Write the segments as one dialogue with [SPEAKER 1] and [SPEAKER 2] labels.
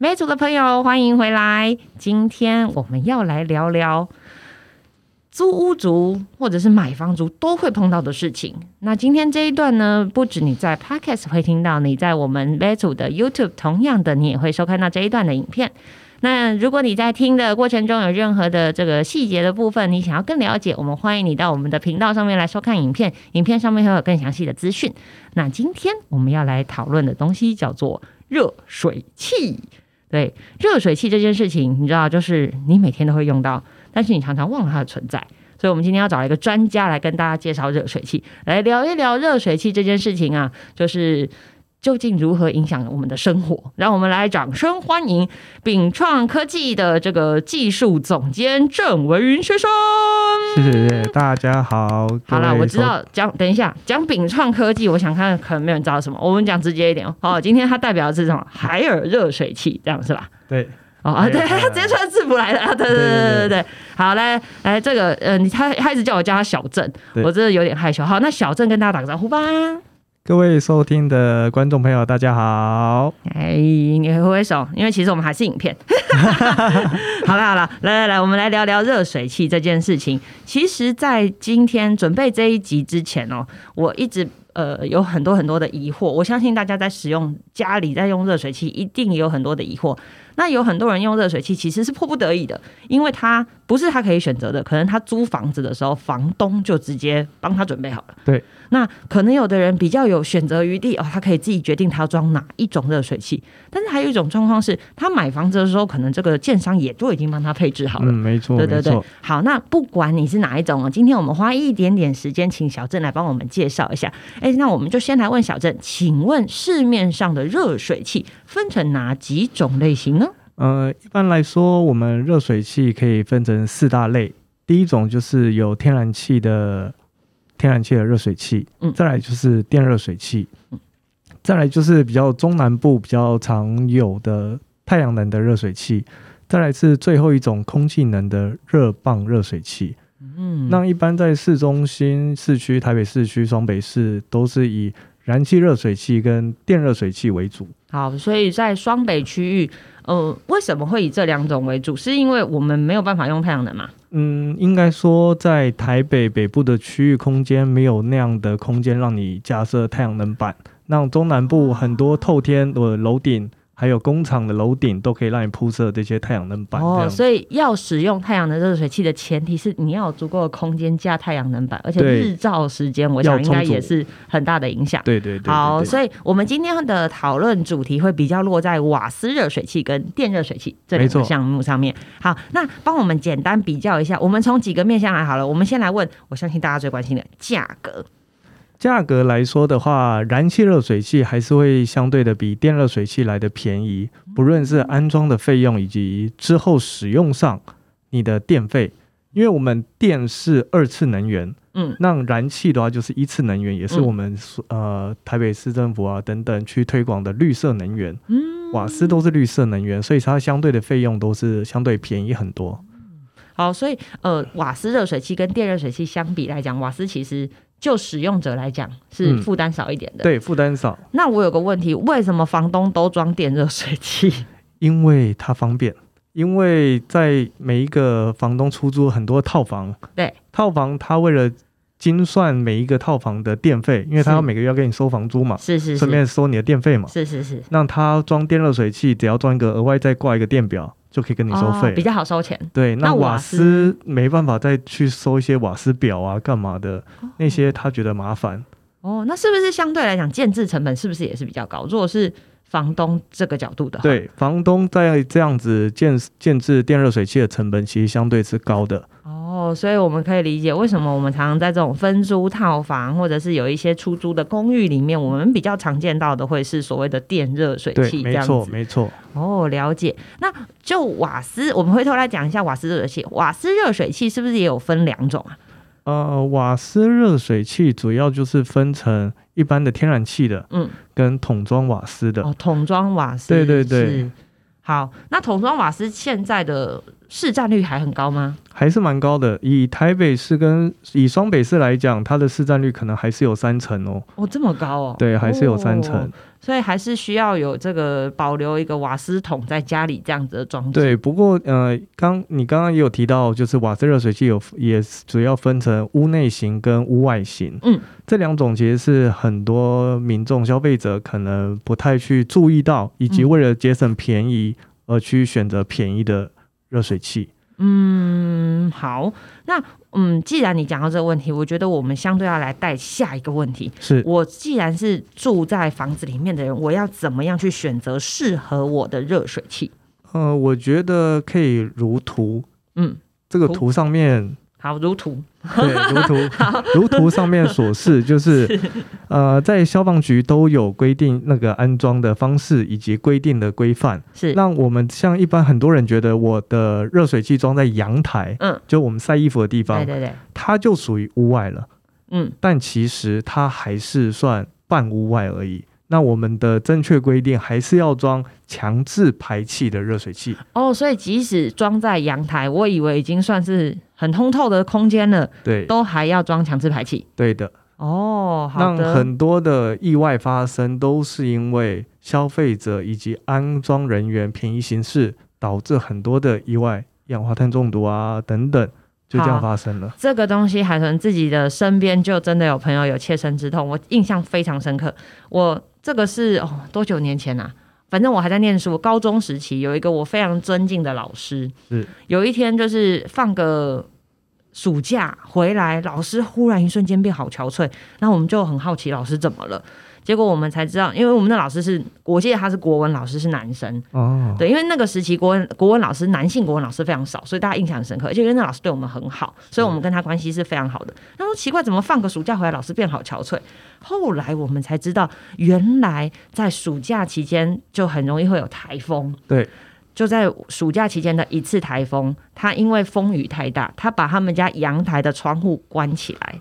[SPEAKER 1] 台组的朋友，欢迎回来。今天我们要来聊聊租屋族或者是买房族都会碰到的事情。那今天这一段呢，不止你在 Podcast 会听到，你在我们 b e t 的 YouTube 同样的，你也会收看到这一段的影片。那如果你在听的过程中有任何的这个细节的部分，你想要更了解，我们欢迎你到我们的频道上面来收看影片，影片上面会有更详细的资讯。那今天我们要来讨论的东西叫做热水器。对，热水器这件事情，你知道，就是你每天都会用到，但是你常常忘了它的存在。所以，我们今天要找一个专家来跟大家介绍热水器，来聊一聊热水器这件事情啊，就是究竟如何影响我们的生活。让我们来掌声欢迎秉创科技的这个技术总监郑文云先生。
[SPEAKER 2] 谢谢谢谢，大家好。各
[SPEAKER 1] 好啦，
[SPEAKER 2] 位
[SPEAKER 1] 我知
[SPEAKER 2] 收。
[SPEAKER 1] 道讲，等一下讲秉创科技，我想看可能没有人知道什么，我们讲直接一点哦。好，今天它代表的是什么？海尔热水器，这样是吧？
[SPEAKER 2] 对，
[SPEAKER 1] 哦，啊
[SPEAKER 2] 海尔
[SPEAKER 1] 对，
[SPEAKER 2] 海尔
[SPEAKER 1] 他直接穿制服来的，啊对对对对对对。好，来来，这个，嗯、你他他一直叫我叫他小郑，
[SPEAKER 2] 对
[SPEAKER 1] 我真的有点害羞。好，那小郑跟大家打个招呼吧。
[SPEAKER 2] 各位收听的观众朋友，大家好。
[SPEAKER 1] 哎，你挥挥手，因为其实我们还是影片。 好了好了，来来来，我们来聊聊热水器这件事情。其实，在今天准备这一集之前哦，我一直呃有很多很多的疑惑。我相信大家在使用家里在用热水器，一定也有很多的疑惑。那有很多人用热水器其实是迫不得已的，因为他不是他可以选择的，可能他租房子的时候，房东就直接帮他准备好了。
[SPEAKER 2] 对，
[SPEAKER 1] 那可能有的人比较有选择余地哦，他可以自己决定他要装哪一种热水器。但是还有一种状况是，他买房子的时候，可能这个建商也都已经帮他配置好了。
[SPEAKER 2] 嗯，没错，
[SPEAKER 1] 对对
[SPEAKER 2] 没
[SPEAKER 1] 对
[SPEAKER 2] 错。，
[SPEAKER 1] 好，那不管你是哪一种哦，今天我们花一点点时间，请小郑来帮我们介绍一下。哎，那我们就先来问小郑，请问市面上的热水器分成哪几种类型呢？
[SPEAKER 2] 呃，一般来说，我们热水器可以分成四大类。第一种就是有天然气的天然气的热水器，
[SPEAKER 1] 嗯
[SPEAKER 2] 再来就是电热水器
[SPEAKER 1] 嗯，
[SPEAKER 2] 再来就是比较中南部比较常有的太阳能的热水器，再来是最后一种空气能的热泵热水器。
[SPEAKER 1] 嗯，
[SPEAKER 2] 那一般在市中心、市区、台北市区、双北市都是以燃气热水器跟电热水器为主。
[SPEAKER 1] 好，所以在双北区域，呃，为什么会以这两种为主？是因为我们没有办法用太阳能嘛？
[SPEAKER 2] 嗯，应该说在台北北部的区域空间没有那样的空间让你架设太阳能板，那中南部很
[SPEAKER 1] 哦
[SPEAKER 2] 多透天的楼顶，还有工厂的楼顶都可以让你铺设这些太阳能板。这
[SPEAKER 1] 哦，
[SPEAKER 2] 样
[SPEAKER 1] 所以要使用太阳能热水器的前提是你要有足够的空间架太阳能板，而且
[SPEAKER 2] 对
[SPEAKER 1] 日照时间，我想
[SPEAKER 2] 要
[SPEAKER 1] 应该
[SPEAKER 2] 充足
[SPEAKER 1] 也是很大的影响。
[SPEAKER 2] 对对对对对
[SPEAKER 1] 好，所以我们今天的讨论主题会比较落在瓦斯热水器跟电热水器这两
[SPEAKER 2] 没
[SPEAKER 1] 个
[SPEAKER 2] 错
[SPEAKER 1] 项目上面。好，那帮我们简单比较一下，我们从几个面向来好了。我们先来问，我相信大家最关心的价格。
[SPEAKER 2] 价格来说的话，燃气热水器还是会相对的比电热水器来的便宜，
[SPEAKER 1] 嗯
[SPEAKER 2] 不论是安装的费用以及之后使用上你的电费，因为我们电是二次能源，
[SPEAKER 1] 嗯，
[SPEAKER 2] 那燃气的话就是一次能源，也是
[SPEAKER 1] 嗯
[SPEAKER 2] 我们所、呃台北市政府啊等等去推广的绿色能源，嗯，瓦斯都是绿色能源，所以它相对的费用都是相对便宜很多，
[SPEAKER 1] 好，所以呃，瓦斯热水器跟电热水器相比来讲，瓦斯其实就使用者来讲是
[SPEAKER 2] 嗯
[SPEAKER 1] 负担少一点的。
[SPEAKER 2] 对，负担少，
[SPEAKER 1] 那我有个问题，为什么房东都装电热水器？
[SPEAKER 2] 因为它方便，因为在每一个房东出租很多套房，
[SPEAKER 1] 对，
[SPEAKER 2] 套房他为了精算每一个套房的电费，因为他
[SPEAKER 1] 是
[SPEAKER 2] 要每个月要给你收房租嘛，
[SPEAKER 1] 是是
[SPEAKER 2] 哦顺
[SPEAKER 1] 是
[SPEAKER 2] 便收你的电费嘛，
[SPEAKER 1] 是是是，
[SPEAKER 2] 那他装电热水器只要装一个额外再挂一个电表就可以跟你收
[SPEAKER 1] 哦
[SPEAKER 2] 费了、
[SPEAKER 1] 比较好收钱。
[SPEAKER 2] 对，
[SPEAKER 1] 那
[SPEAKER 2] 那
[SPEAKER 1] 瓦
[SPEAKER 2] 瓦斯没办法再去收一些瓦斯表啊，干嘛的那些，他觉得 麻烦。
[SPEAKER 1] 哦，那是不是相对来讲建制成本是不是也是比较高？如果是房东这个角度的话，
[SPEAKER 2] 对，房东在这样子建建制电热水器的成本其实相对是高的。
[SPEAKER 1] 哦，所以我们可以理解为什么我们常常在这种分租套房或者是有一些出租的公寓里面，我们比较常见到的会是所谓的电热水
[SPEAKER 2] 对，
[SPEAKER 1] 器这
[SPEAKER 2] 没
[SPEAKER 1] 样
[SPEAKER 2] 错，
[SPEAKER 1] 子。
[SPEAKER 2] 没错。
[SPEAKER 1] 哦，了解。那就瓦斯，我们回头来讲一下瓦斯热水器。瓦斯热水器是不是也有分两种啊？
[SPEAKER 2] 呃，瓦斯热水器主要就是分成一般的天然气的
[SPEAKER 1] 嗯，
[SPEAKER 2] 跟桶装瓦斯的。
[SPEAKER 1] 哦哦，桶装瓦斯，
[SPEAKER 2] 对对对
[SPEAKER 1] 是。好，那桶装瓦斯现在的市占率还很高吗？
[SPEAKER 2] 还是蛮高的。以台北市跟以双北市来讲，它的市占率可能还是有三成哦。
[SPEAKER 1] 哦，这么高哦，
[SPEAKER 2] 对，还是有三成。
[SPEAKER 1] 哦所以还是需要有这个保留一个瓦斯桶在家里这样子的装置。
[SPEAKER 2] 对，不过呃，刚你刚刚也有提到，就是瓦斯热水器有也主要分成屋内型跟屋外型。
[SPEAKER 1] 嗯，
[SPEAKER 2] 这两种其实是很多民众消费者可能不太去注意到，以及
[SPEAKER 1] 嗯
[SPEAKER 2] 为了节省便宜而去选择便宜的热水器。
[SPEAKER 1] 嗯，好，那嗯，既然你讲到这个问题，我觉得我们相对要来带下一个问题。
[SPEAKER 2] 是
[SPEAKER 1] 我既然是住在房子里面的人，我要怎么样去选择适合我的热水器？
[SPEAKER 2] 呃，我觉得可以如图，
[SPEAKER 1] 嗯，
[SPEAKER 2] 这个
[SPEAKER 1] 图
[SPEAKER 2] 图上面
[SPEAKER 1] 好，如图，
[SPEAKER 2] 对，如图如图上面所示，就是呃，在消防局都有规定那个安装的方式以及规定的规范，
[SPEAKER 1] 是，
[SPEAKER 2] 让我们像一般很多人觉得我的热水器装在阳台，
[SPEAKER 1] 嗯，
[SPEAKER 2] 就我们晒衣服的地
[SPEAKER 1] 对
[SPEAKER 2] 方，
[SPEAKER 1] 对对，
[SPEAKER 2] 它就属于屋外了，
[SPEAKER 1] 嗯，
[SPEAKER 2] 但其实它还是算半屋外而已。那我们的正确规定还是要装强制排气的热水器，
[SPEAKER 1] 哦，所以即使装在阳台，我以为已经算是很通透的空间了，
[SPEAKER 2] 对，
[SPEAKER 1] 都还要装强制排气。
[SPEAKER 2] 对的。
[SPEAKER 1] 哦，好
[SPEAKER 2] 让
[SPEAKER 1] 的，
[SPEAKER 2] 很多的意外发生都是因为消费者以及安装人员便宜行事，导致很多的意外，一氧化碳中毒啊等等，就这样发生了。
[SPEAKER 1] 这个东西，海豚自己的身边就真的有朋友有切身之痛，我印象非常深刻。我这个是哦多久年前啊？反正我还在念书，高中时期有一个我非常尊敬的老师，
[SPEAKER 2] 是
[SPEAKER 1] 有一天就是放个暑假回来，老师忽然一瞬间变好憔悴，那我们就很好奇老师怎么了。结果我们才知道，因为我们的老师是，我记得他是国文老师，是男生，
[SPEAKER 2] 哦，
[SPEAKER 1] 对，因为那个时期国文国文老师男性国文老师非常少，所以大家印象很深刻，而且因为那老师对我们很好，所以我
[SPEAKER 2] 嗯
[SPEAKER 1] 们跟他关系是非常好的。他说奇怪，怎么放个暑假回来，老师变好憔悴？后来我们才知道，原来在暑假期间就很容易会有台风。
[SPEAKER 2] 对。
[SPEAKER 1] 就在暑假期间的一次台风，他因为风雨太大，他把他们家阳台的窗户关起来，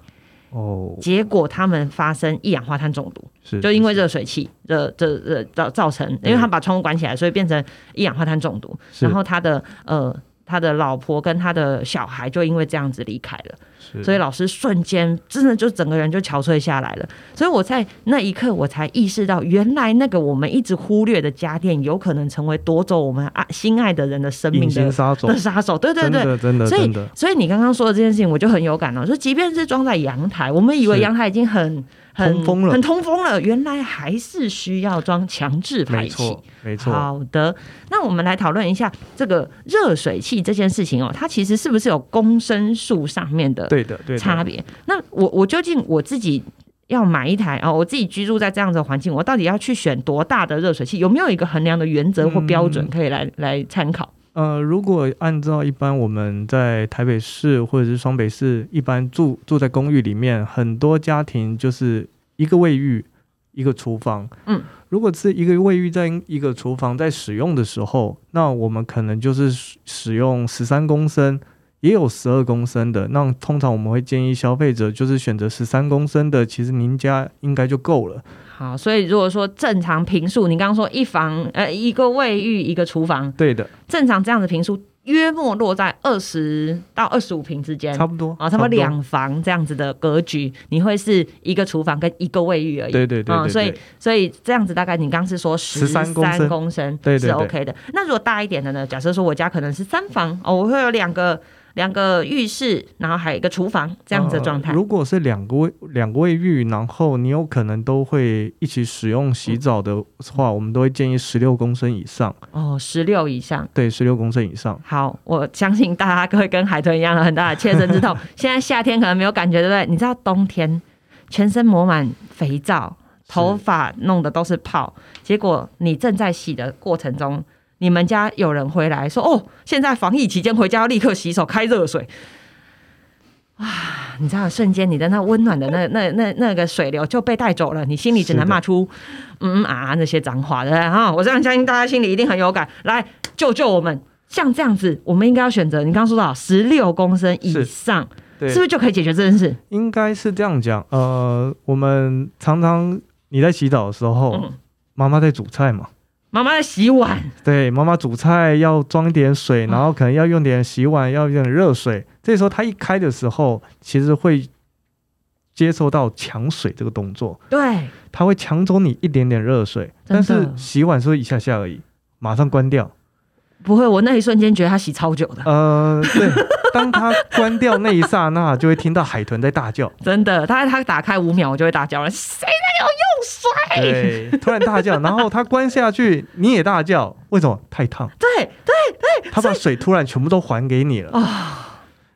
[SPEAKER 2] 哦，
[SPEAKER 1] 结果他们发生一氧化碳中毒。
[SPEAKER 2] 是
[SPEAKER 1] 就因为
[SPEAKER 2] 是
[SPEAKER 1] 热水器热这这造造成，因为他把窗户关起来，所以变成一氧化碳中毒。
[SPEAKER 2] 是
[SPEAKER 1] 然后他的呃他的老婆跟他的小孩就因为这样子离开了，
[SPEAKER 2] 是
[SPEAKER 1] 所以老师瞬间真的就整个人就憔悴下来了。所以我在那一刻我才意识到，原来那个我们一直忽略的家电，有可能成为夺走我们爱心爱的人的生命
[SPEAKER 2] 隐
[SPEAKER 1] 的
[SPEAKER 2] 形杀手
[SPEAKER 1] 的，杀手。 对对
[SPEAKER 2] 真
[SPEAKER 1] 对。
[SPEAKER 2] 的真的
[SPEAKER 1] 所以
[SPEAKER 2] 真的，
[SPEAKER 1] 所以你刚刚说的这件事情，我就很有感了。哦就即便是装在阳台，我们以为
[SPEAKER 2] 是
[SPEAKER 1] 阳台已经很很
[SPEAKER 2] 通风了
[SPEAKER 1] 很通风了，原来还是需要装强制排
[SPEAKER 2] 没
[SPEAKER 1] 气
[SPEAKER 2] 错。没错，
[SPEAKER 1] 好的，那我们来讨论一下这个热水器这件事情哦，它其实是不是有公升数上面的
[SPEAKER 2] 对的对
[SPEAKER 1] 差
[SPEAKER 2] 的，
[SPEAKER 1] 别？那我我究竟我自己要买一台哦，我自己居住在这样子的环境，我到底要去选多大的热水器？有没有一个衡量的原则或标准
[SPEAKER 2] 嗯
[SPEAKER 1] 可以来、来参考？
[SPEAKER 2] 呃，如果按照一般我们在台北市或者是双北市，一般住住在公寓里面，很多家庭就是一个卫浴，一个厨房。
[SPEAKER 1] 嗯，
[SPEAKER 2] 如果是一个卫浴在一个厨房在使用的时候，那我们可能就是使使用十三公升，也有十二公升的。那通常我们会建议消费者就是选择十三公升的，其实您家应该就够了。
[SPEAKER 1] 好，所以如果说正常平数，你刚刚说一房呃一个卫浴一个厨房，
[SPEAKER 2] 对的，
[SPEAKER 1] 正常这样的平数约莫落在二十到二十五平之间。
[SPEAKER 2] 差不多。
[SPEAKER 1] 啊，差不多
[SPEAKER 2] 多。
[SPEAKER 1] 两房这样子的格局，你会是一个厨房跟一个卫浴而已。
[SPEAKER 2] 对对对
[SPEAKER 1] 嗯
[SPEAKER 2] 对
[SPEAKER 1] 所以
[SPEAKER 2] 对
[SPEAKER 1] 所以这样子大概你刚刚是说
[SPEAKER 2] 13公
[SPEAKER 1] 三
[SPEAKER 2] 升
[SPEAKER 1] 公升
[SPEAKER 2] 对对
[SPEAKER 1] 是
[SPEAKER 2] 对
[SPEAKER 1] OK 的。那如果大一点的呢？假设说我家可能是三房哦，我会有两个两个浴室，然后还有一个厨房这样子的状态
[SPEAKER 2] 呃。如果是两个卫两个卫浴，然后你有可能都会一起使用洗澡
[SPEAKER 1] 嗯
[SPEAKER 2] 的话，我们都会建议十六公升以上。
[SPEAKER 1] 哦，十六以上。
[SPEAKER 2] 对，十六公升以上。
[SPEAKER 1] 好，我相信大家各位跟海豚一样有很大的切身之 痛。现在夏天可能没有感觉，对不对？你知道冬天全身抹满肥皂，头发弄的都是泡，结果你正在洗的过程中，你们家有人回来说：“哦，现在防疫期间回家要立刻洗手，开热水。”哇，你知道瞬间你的那温暖的那 那那那个水流就被带走了，你心里只能
[SPEAKER 2] 是的
[SPEAKER 1] 骂出嗯嗯啊啊那些脏话，对不对？哈，我这样相信大家心里一定很有感。来救救我们！像这样子，我们应该要选择你刚刚说到十六公升以
[SPEAKER 2] 是
[SPEAKER 1] 上，
[SPEAKER 2] 对
[SPEAKER 1] 是不是就可以解决这件事？
[SPEAKER 2] 应该是这样讲。呃，我们常常你在洗澡的时候，
[SPEAKER 1] 嗯
[SPEAKER 2] 妈妈在煮菜嘛，
[SPEAKER 1] 妈妈在洗碗，
[SPEAKER 2] 对，妈妈煮菜要装一点水，
[SPEAKER 1] 嗯
[SPEAKER 2] 然后可能要用点洗碗，要用点热水。这时候它一开的时候，其实会接受到抢水这个动作，
[SPEAKER 1] 对，
[SPEAKER 2] 它会抢走你一点点热水，
[SPEAKER 1] 真的
[SPEAKER 2] 但是洗碗是会一下下而已，马上关掉。
[SPEAKER 1] 不会，我那一瞬间觉得他洗超久的，
[SPEAKER 2] 呃，对， 当它关掉那一刹那，就会听到海豚在大叫，
[SPEAKER 1] 真的，他他打开五秒我就会大叫了，谁在给我用水？
[SPEAKER 2] 对，突然大叫，然后它关下去，你也大叫，为什么？太烫，
[SPEAKER 1] 对
[SPEAKER 2] 它把水突然全部都还给你了。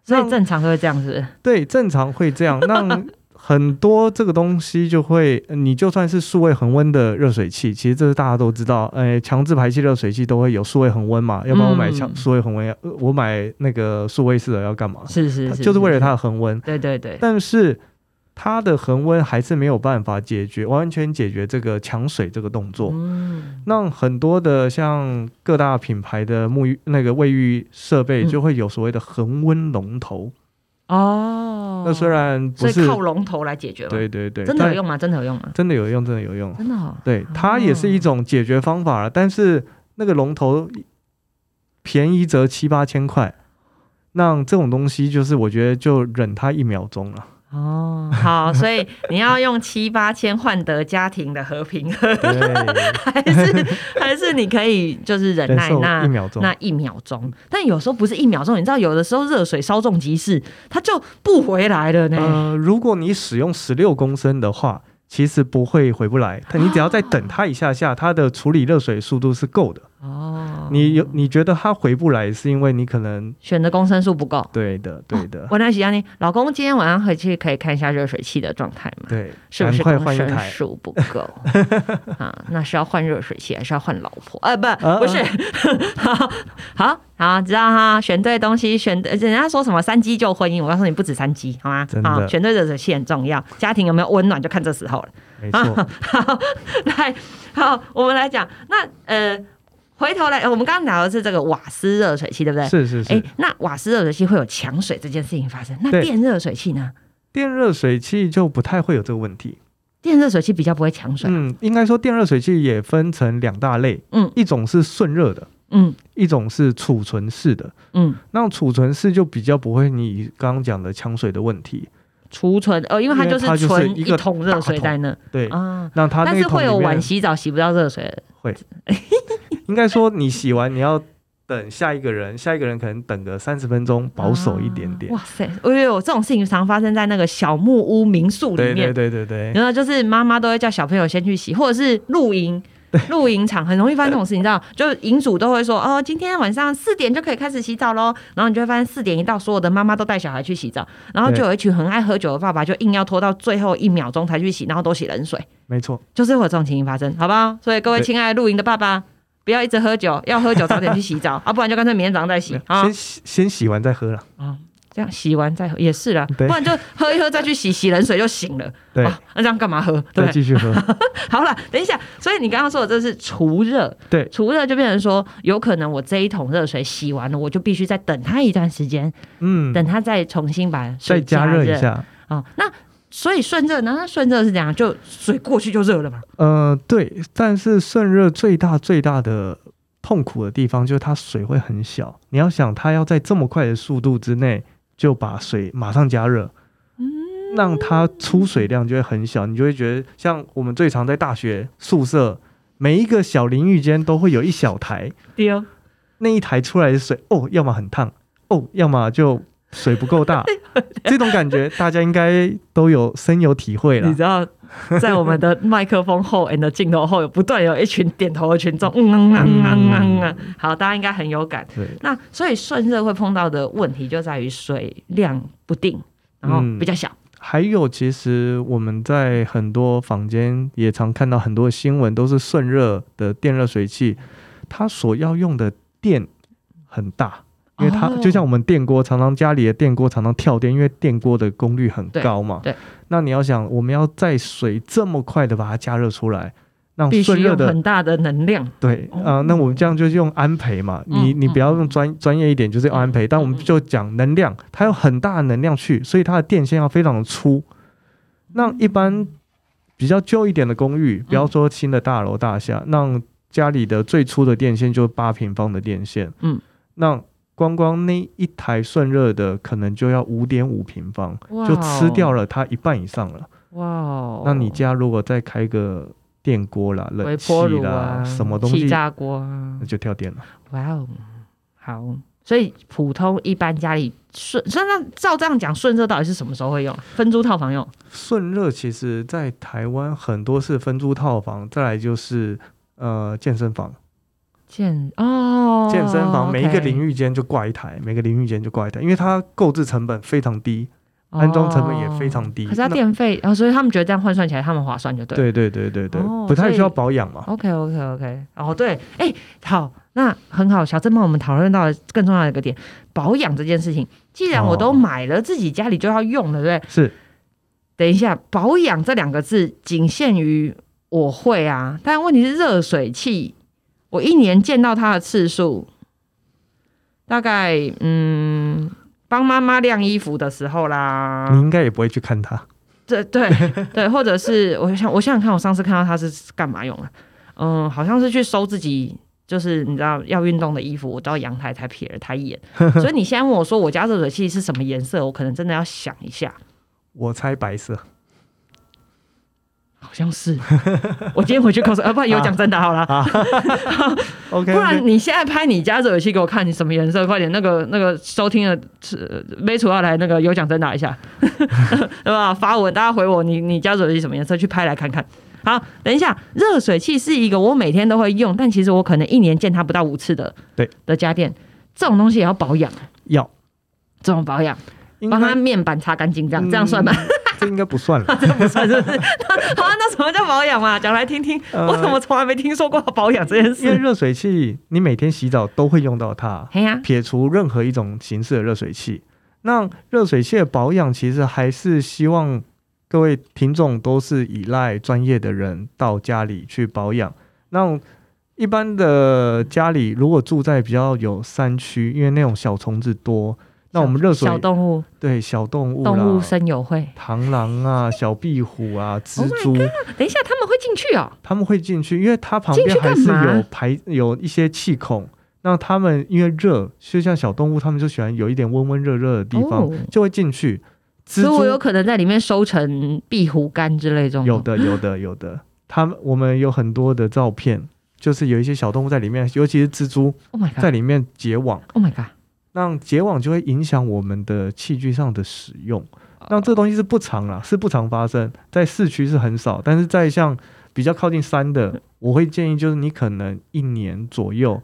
[SPEAKER 1] 所以
[SPEAKER 2] 那
[SPEAKER 1] 正常都会这样子，
[SPEAKER 2] 对，正常会 这样。那很多这个东西就会，呃你就算是数位恒温的热水器，其实这是大家都知道，呃，强制排气热水器都会有数位恒温嘛，要不然我买强
[SPEAKER 1] 嗯
[SPEAKER 2] 数位恒温要，呃我买那个数位式的要干嘛？
[SPEAKER 1] 是是
[SPEAKER 2] 它
[SPEAKER 1] 是，
[SPEAKER 2] 就是为了它的恒温，
[SPEAKER 1] 对对对，
[SPEAKER 2] 但是。它的恒温还是没有办法解决，完全解决这个抢水这个动作。
[SPEAKER 1] 嗯，
[SPEAKER 2] 那很多的像各大品牌的沐浴那个卫浴设备，
[SPEAKER 1] 嗯
[SPEAKER 2] 就会有所谓的恒温龙头。
[SPEAKER 1] 哦，
[SPEAKER 2] 那虽然不
[SPEAKER 1] 所以
[SPEAKER 2] 是
[SPEAKER 1] 靠龙头来解决嘛，
[SPEAKER 2] 对对对，
[SPEAKER 1] 真的
[SPEAKER 2] 但
[SPEAKER 1] 有用吗？真的有用吗？
[SPEAKER 2] 真的有用，真的有用。
[SPEAKER 1] 真的哦，
[SPEAKER 2] 对，它也是一种解决方法了，但是那个龙头便宜则七八千块，那这种东西就是我觉得就忍它一秒钟 了。
[SPEAKER 1] 哦，好，所以你要用七八千换得家庭的和平，
[SPEAKER 2] 对，
[SPEAKER 1] 还是还是你可以就是忍
[SPEAKER 2] 忍
[SPEAKER 1] 耐
[SPEAKER 2] 受一
[SPEAKER 1] 那
[SPEAKER 2] 秒钟。
[SPEAKER 1] 啊那一秒钟，但有时候不是一秒钟，你知道，有的时候热水稍纵即逝，它就不回来了呢。
[SPEAKER 2] 呃，如果你使用十六公升的话，其实不会回不来，但你只要再等它一下下，它的处理热水速度是够的。
[SPEAKER 1] 哦，
[SPEAKER 2] 你有你觉得它回不来，是因为你可能
[SPEAKER 1] 选的公升数不够。
[SPEAKER 2] 对的，对 的，
[SPEAKER 1] 我那喜欢你，老公今天晚上回去可以看一下热水器的状态吗？
[SPEAKER 2] 对，
[SPEAKER 1] 是不是
[SPEAKER 2] 赶快
[SPEAKER 1] 公
[SPEAKER 2] 换一
[SPEAKER 1] 升
[SPEAKER 2] 台。
[SPEAKER 1] 数不 够啊？那是要换热水器，还是要换老婆？啊，不，不是， 好好好，知道哈，选对东西，选对人家说什么三基救婚姻，我告诉你不止三基，好吗啊
[SPEAKER 2] 真？的
[SPEAKER 1] 好，选对热水器很重要，家庭有没有温暖就看这时候了。
[SPEAKER 2] 没错，
[SPEAKER 1] 好，来，好，我们来讲，那呃，回头来，呃我们刚刚聊的是这个瓦斯热水器，对不对？
[SPEAKER 2] 是是是。
[SPEAKER 1] 哎，那瓦斯热水器会有抢水这件事情发生，那
[SPEAKER 2] 对
[SPEAKER 1] 电热水器呢？
[SPEAKER 2] 电热水器就不太会有这个问题。
[SPEAKER 1] 电热水器比较不会抢水，
[SPEAKER 2] 嗯，应该说电热水器也分成两大类，
[SPEAKER 1] 嗯
[SPEAKER 2] 一种是瞬热的，
[SPEAKER 1] 嗯
[SPEAKER 2] 一种是储存式的。
[SPEAKER 1] 嗯，
[SPEAKER 2] 那储存式就比较不会你刚刚讲的抢水的问题。
[SPEAKER 1] 储存呃，因为它
[SPEAKER 2] 因为
[SPEAKER 1] 就
[SPEAKER 2] 它就是是
[SPEAKER 1] 存
[SPEAKER 2] 一
[SPEAKER 1] 一
[SPEAKER 2] 个
[SPEAKER 1] 桶热
[SPEAKER 2] 大
[SPEAKER 1] 水
[SPEAKER 2] 桶
[SPEAKER 1] 在那
[SPEAKER 2] 对，
[SPEAKER 1] 啊，
[SPEAKER 2] 那它
[SPEAKER 1] 但
[SPEAKER 2] 那
[SPEAKER 1] 是
[SPEAKER 2] 桶
[SPEAKER 1] 会
[SPEAKER 2] 里
[SPEAKER 1] 有晚
[SPEAKER 2] 面，
[SPEAKER 1] 洗澡洗不到热水的，
[SPEAKER 2] 应该说你洗完你要等下一个人，下一个人可能等个三十分钟，保守一点点。
[SPEAKER 1] 啊哇塞，哎呦，这种事情常发生在那个小木屋民宿里
[SPEAKER 2] 对
[SPEAKER 1] 面，嗯
[SPEAKER 2] 对对对对，
[SPEAKER 1] 然后就是妈妈都会叫小朋友先去洗，或者是露营。露营场很容易发生这种事情，你知道？就营主都会说哦，今天晚上四点就可以开始洗澡喽。然后你就会发现四点一到，所有的妈妈都带小孩去洗澡，然后就有一群很爱喝酒的爸爸就硬要拖到最后一秒钟才去洗，然后都洗冷水，
[SPEAKER 2] 没错，
[SPEAKER 1] 就是会有这种情形发生，好不好？所以各位
[SPEAKER 2] 对
[SPEAKER 1] 亲爱的露营的爸爸，不要一直喝酒，要喝酒早点去洗澡 啊，不然就干脆明天早上再洗啊
[SPEAKER 2] 先。洗先洗完再喝了。
[SPEAKER 1] 啊，这样洗完再喝也是啦，不
[SPEAKER 2] 对
[SPEAKER 1] 然就喝一喝再去洗，洗冷水就醒了。
[SPEAKER 2] 对，
[SPEAKER 1] 啊，那这样干嘛喝？对不
[SPEAKER 2] 再
[SPEAKER 1] 对？
[SPEAKER 2] 继续喝。
[SPEAKER 1] 好了，等一下，所以你刚刚说的这是除热，
[SPEAKER 2] 对
[SPEAKER 1] 除热就变成说，有可能我这一桶热水洗完了，我就必须再等它一段时间，
[SPEAKER 2] 嗯，
[SPEAKER 1] 等它再重新把水
[SPEAKER 2] 再加热
[SPEAKER 1] 热
[SPEAKER 2] 一下。
[SPEAKER 1] 哦。那所以顺热呢？那顺热是怎样？就水过去就热了嘛？
[SPEAKER 2] 呃，对，但是渗热最大最大的痛苦的地方就是它水会很小。你要想，它要在这么快的速度之内就把水马上加热，让它出水量就会很小，你就会觉得像我们最常在大学宿舍，每一个小淋浴间都会有一小台，
[SPEAKER 1] 对哦，
[SPEAKER 2] 那一台出来的水，哦，要么很烫，哦，要么就水不够
[SPEAKER 1] 哎
[SPEAKER 2] 大，这种感觉大家应该都有深有体会了
[SPEAKER 1] 你。知道，在我们的麦克风后 and 镜头后，有不断有一群点头的群众，嗯嗯嗯嗯嗯嗯，好，大家应该很有感。
[SPEAKER 2] 对，
[SPEAKER 1] 那所以顺热会碰到的问题就在于水量不定，然后
[SPEAKER 2] 嗯
[SPEAKER 1] 比较小。
[SPEAKER 2] 还有，其实我们在很多房间也常看到很多新闻，都是瞬热的电热水器，它所要用的电很大，因为它、
[SPEAKER 1] 哦
[SPEAKER 2] 就像我们电锅，常常家里的电锅常常跳电，因为电锅的功率很高嘛。
[SPEAKER 1] 对对
[SPEAKER 2] 那你要想，我们要在水这么快的把它加热出来，让
[SPEAKER 1] 必须
[SPEAKER 2] 瞬热
[SPEAKER 1] 用
[SPEAKER 2] 的
[SPEAKER 1] 很大的能量。
[SPEAKER 2] 对
[SPEAKER 1] 哦
[SPEAKER 2] 啊、那我们这样就是用安培嘛，你
[SPEAKER 1] 嗯
[SPEAKER 2] 你不要
[SPEAKER 1] 嗯
[SPEAKER 2] 用专专业一点，就是用安培，但我们就讲能量，它有很大的能量去，所以它的电线要非常的粗。
[SPEAKER 1] 嗯
[SPEAKER 2] 那一般比较旧一点的公寓，不要说新的大楼大厦，那家里的最粗的电线就是八平方的电线，
[SPEAKER 1] 嗯，
[SPEAKER 2] 那光光那一台顺热的可能就要五点五平方，
[SPEAKER 1] 哇
[SPEAKER 2] 就吃掉了它一半以上了。
[SPEAKER 1] 哇哦，
[SPEAKER 2] 那你家如果再开个电锅啦、
[SPEAKER 1] 微
[SPEAKER 2] 冷气
[SPEAKER 1] 波炉
[SPEAKER 2] 啦、
[SPEAKER 1] 啊，
[SPEAKER 2] 什么东
[SPEAKER 1] 气
[SPEAKER 2] 西，
[SPEAKER 1] 炸锅啊
[SPEAKER 2] 那，就跳电了。
[SPEAKER 1] 哇哦，好。所以普通一般家里顺，那那照这样讲，顺热到底是什么时候会用？分租套房用？
[SPEAKER 2] 顺热其实在台湾很多是分租套房，再来就是呃健身房，
[SPEAKER 1] 健哦，
[SPEAKER 2] 健身房每一个淋
[SPEAKER 1] 域
[SPEAKER 2] 浴间就挂一台，每个淋浴间就挂一台，因为它购置成本非常低，安装成本也非常低。
[SPEAKER 1] 哦可是它
[SPEAKER 2] 那
[SPEAKER 1] 电费，然后所以他们觉得这样换算起来他们划算就对了。
[SPEAKER 2] 对对对对对，
[SPEAKER 1] 哦
[SPEAKER 2] 不太需
[SPEAKER 1] 所
[SPEAKER 2] 要
[SPEAKER 1] 以
[SPEAKER 2] 保养嘛。
[SPEAKER 1] OK OK OK，哦对，哎、好，那很好，小郑帮我们讨论到了更重要的一个点，保养这件事情。既然我都
[SPEAKER 2] 哦
[SPEAKER 1] 买了，自己家里就要用了，对不对？
[SPEAKER 2] 是
[SPEAKER 1] 等一下，保养这两个字仅限于我会啊，但问题是热水器，我一年见到它的次数大概嗯，帮妈妈晾衣服的时候啦，
[SPEAKER 2] 你应该也不会去看它。
[SPEAKER 1] 对对对，或者是我想我想想看，我上次看到它是干嘛用的？嗯，好像是去收自己，就是你知道要运动的衣服，我到阳台才瞥了它一眼。所以你现在问我说我家热水器是什么颜色，我可能真的要想一下，
[SPEAKER 2] 我猜白色，
[SPEAKER 1] 好像是。我今天回去告诉，啊，不然有讲真的好了。
[SPEAKER 2] OK，,
[SPEAKER 1] 不然你现在拍你家热水器给我看，你什么颜色？快点，那个那个收听的没楚要来那个有奖征答一下， 对吧？发文大家回我，你你家热水器什么颜色？去拍来看看。好，等一下，热水器是一个我每天都会用，但其实我可能一年见它不到五次的，
[SPEAKER 2] 对
[SPEAKER 1] 的家电，这种东西也要保养，
[SPEAKER 2] 要
[SPEAKER 1] 这种保养，
[SPEAKER 2] 应
[SPEAKER 1] 帮它
[SPEAKER 2] 该
[SPEAKER 1] 面板擦干净，这样这样算吗？
[SPEAKER 2] 嗯？这应该不算了。
[SPEAKER 1] 不算是不是？那好啊，那什么叫保养嘛？讲来听听，
[SPEAKER 2] 呃
[SPEAKER 1] 我怎么从来没听说过保养这件
[SPEAKER 2] 因为
[SPEAKER 1] 事？
[SPEAKER 2] 热水器你每天洗澡都会用到 它，
[SPEAKER 1] 嘿呀、
[SPEAKER 2] 撇除任何一种形式的热水器。那热水器的保养，其实还是希望各位听众都是依赖专业的人到家里去保养。那一般的家里如果住在比较有山区，因为那种小虫子多，那我们热水
[SPEAKER 1] 小动物
[SPEAKER 2] 对小动物啦、
[SPEAKER 1] 动物生友会。
[SPEAKER 2] 螳螂啊、小壁虎啊、蜘
[SPEAKER 1] Oh my
[SPEAKER 2] 蛛。
[SPEAKER 1] 等一下，他们会进去哦。
[SPEAKER 2] 他们会进去，因为它旁
[SPEAKER 1] 进
[SPEAKER 2] 边
[SPEAKER 1] 去
[SPEAKER 2] 还
[SPEAKER 1] 干
[SPEAKER 2] 是
[SPEAKER 1] 嘛
[SPEAKER 2] 有排有一些气孔。那他们因为热，就像小动物，他们就喜欢有一点温温热热的地方，
[SPEAKER 1] 哦
[SPEAKER 2] 就会进去。蜘
[SPEAKER 1] 所以我有
[SPEAKER 2] 蛛
[SPEAKER 1] 可能在里面收成壁虎干之类这种。
[SPEAKER 2] 有的有的有的，他们我们有很多的照片，就是有一些小动物在里面，尤其是蜘蛛
[SPEAKER 1] Oh my god！Oh
[SPEAKER 2] 在里面结网，
[SPEAKER 1] my god！
[SPEAKER 2] 那结网就会影响我们的器具上的使用。那这东西是不常啦，是不常发生，在市区是很少，但是在像比较靠近山的，我会建议就是你可能一年左右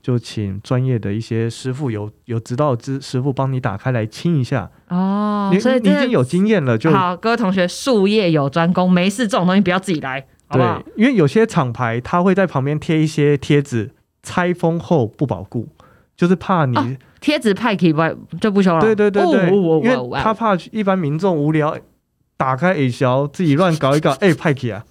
[SPEAKER 2] 就请专业的一些师傅有有指导之师傅帮你打开来清一下，
[SPEAKER 1] 哦
[SPEAKER 2] 你，
[SPEAKER 1] 所以
[SPEAKER 2] 你已经有经验了
[SPEAKER 1] 这
[SPEAKER 2] 就
[SPEAKER 1] 个好，各位同学，术业有专攻，没事这种东西不要自己来，好
[SPEAKER 2] 对
[SPEAKER 1] 不好？，
[SPEAKER 2] 因为有些厂牌它会在旁边贴一些贴纸，拆封后不保固，就是怕你、
[SPEAKER 1] 哦贴纸派可以不就不修了。
[SPEAKER 2] 对对对对，
[SPEAKER 1] 哦哦
[SPEAKER 2] 因
[SPEAKER 1] 哦
[SPEAKER 2] 为他怕一般民众无聊，打开 A 销自己乱搞一搞，哎、派 克啊，